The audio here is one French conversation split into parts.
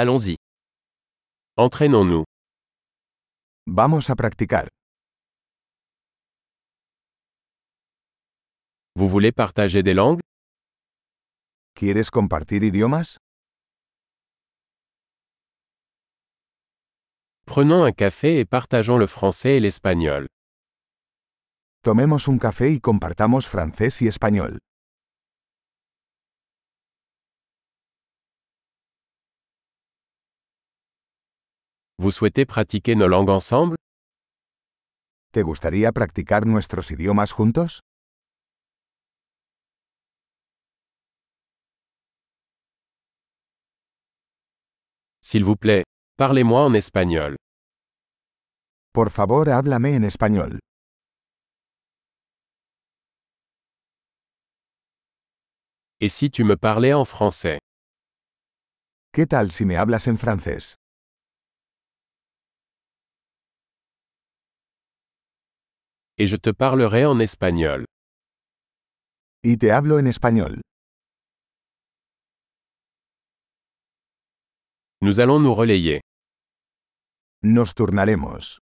Allons-y. Entraînons-nous. Vamos a practicar. Vous voulez partager des langues ¿Quieres compartir idiomas? Prenons un café et partageons le français et l'espagnol. Tomemos un café y compartamos francés y español. Vous souhaitez pratiquer nos langues ensemble ¿Te gustaría practicar nuestros idiomas juntos? S'il vous plaît, parlez-moi en espagnol. Por favor, háblame en español. Et si tu me parlais en français ¿Qué tal si me hablas en francés? Et je te parlerai en espagnol. Y te hablo en español. Nous allons nous relayer. Nos turnaremos.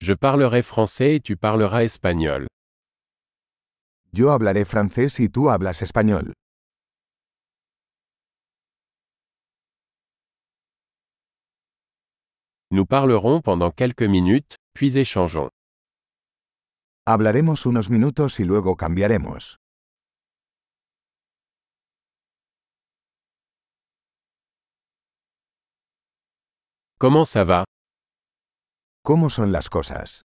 Je parlerai français et tu parleras espagnol. Yo hablaré francés y tú hablas español. Nous parlerons pendant quelques minutes, puis échangeons. Hablaremos unos minutos y luego cambiaremos. Comment ça va ¿Cómo son las cosas?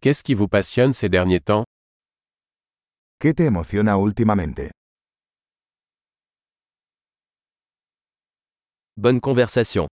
Qu'est-ce qui vous passionne ces derniers temps ¿Qué te emociona últimamente? Bonne conversation.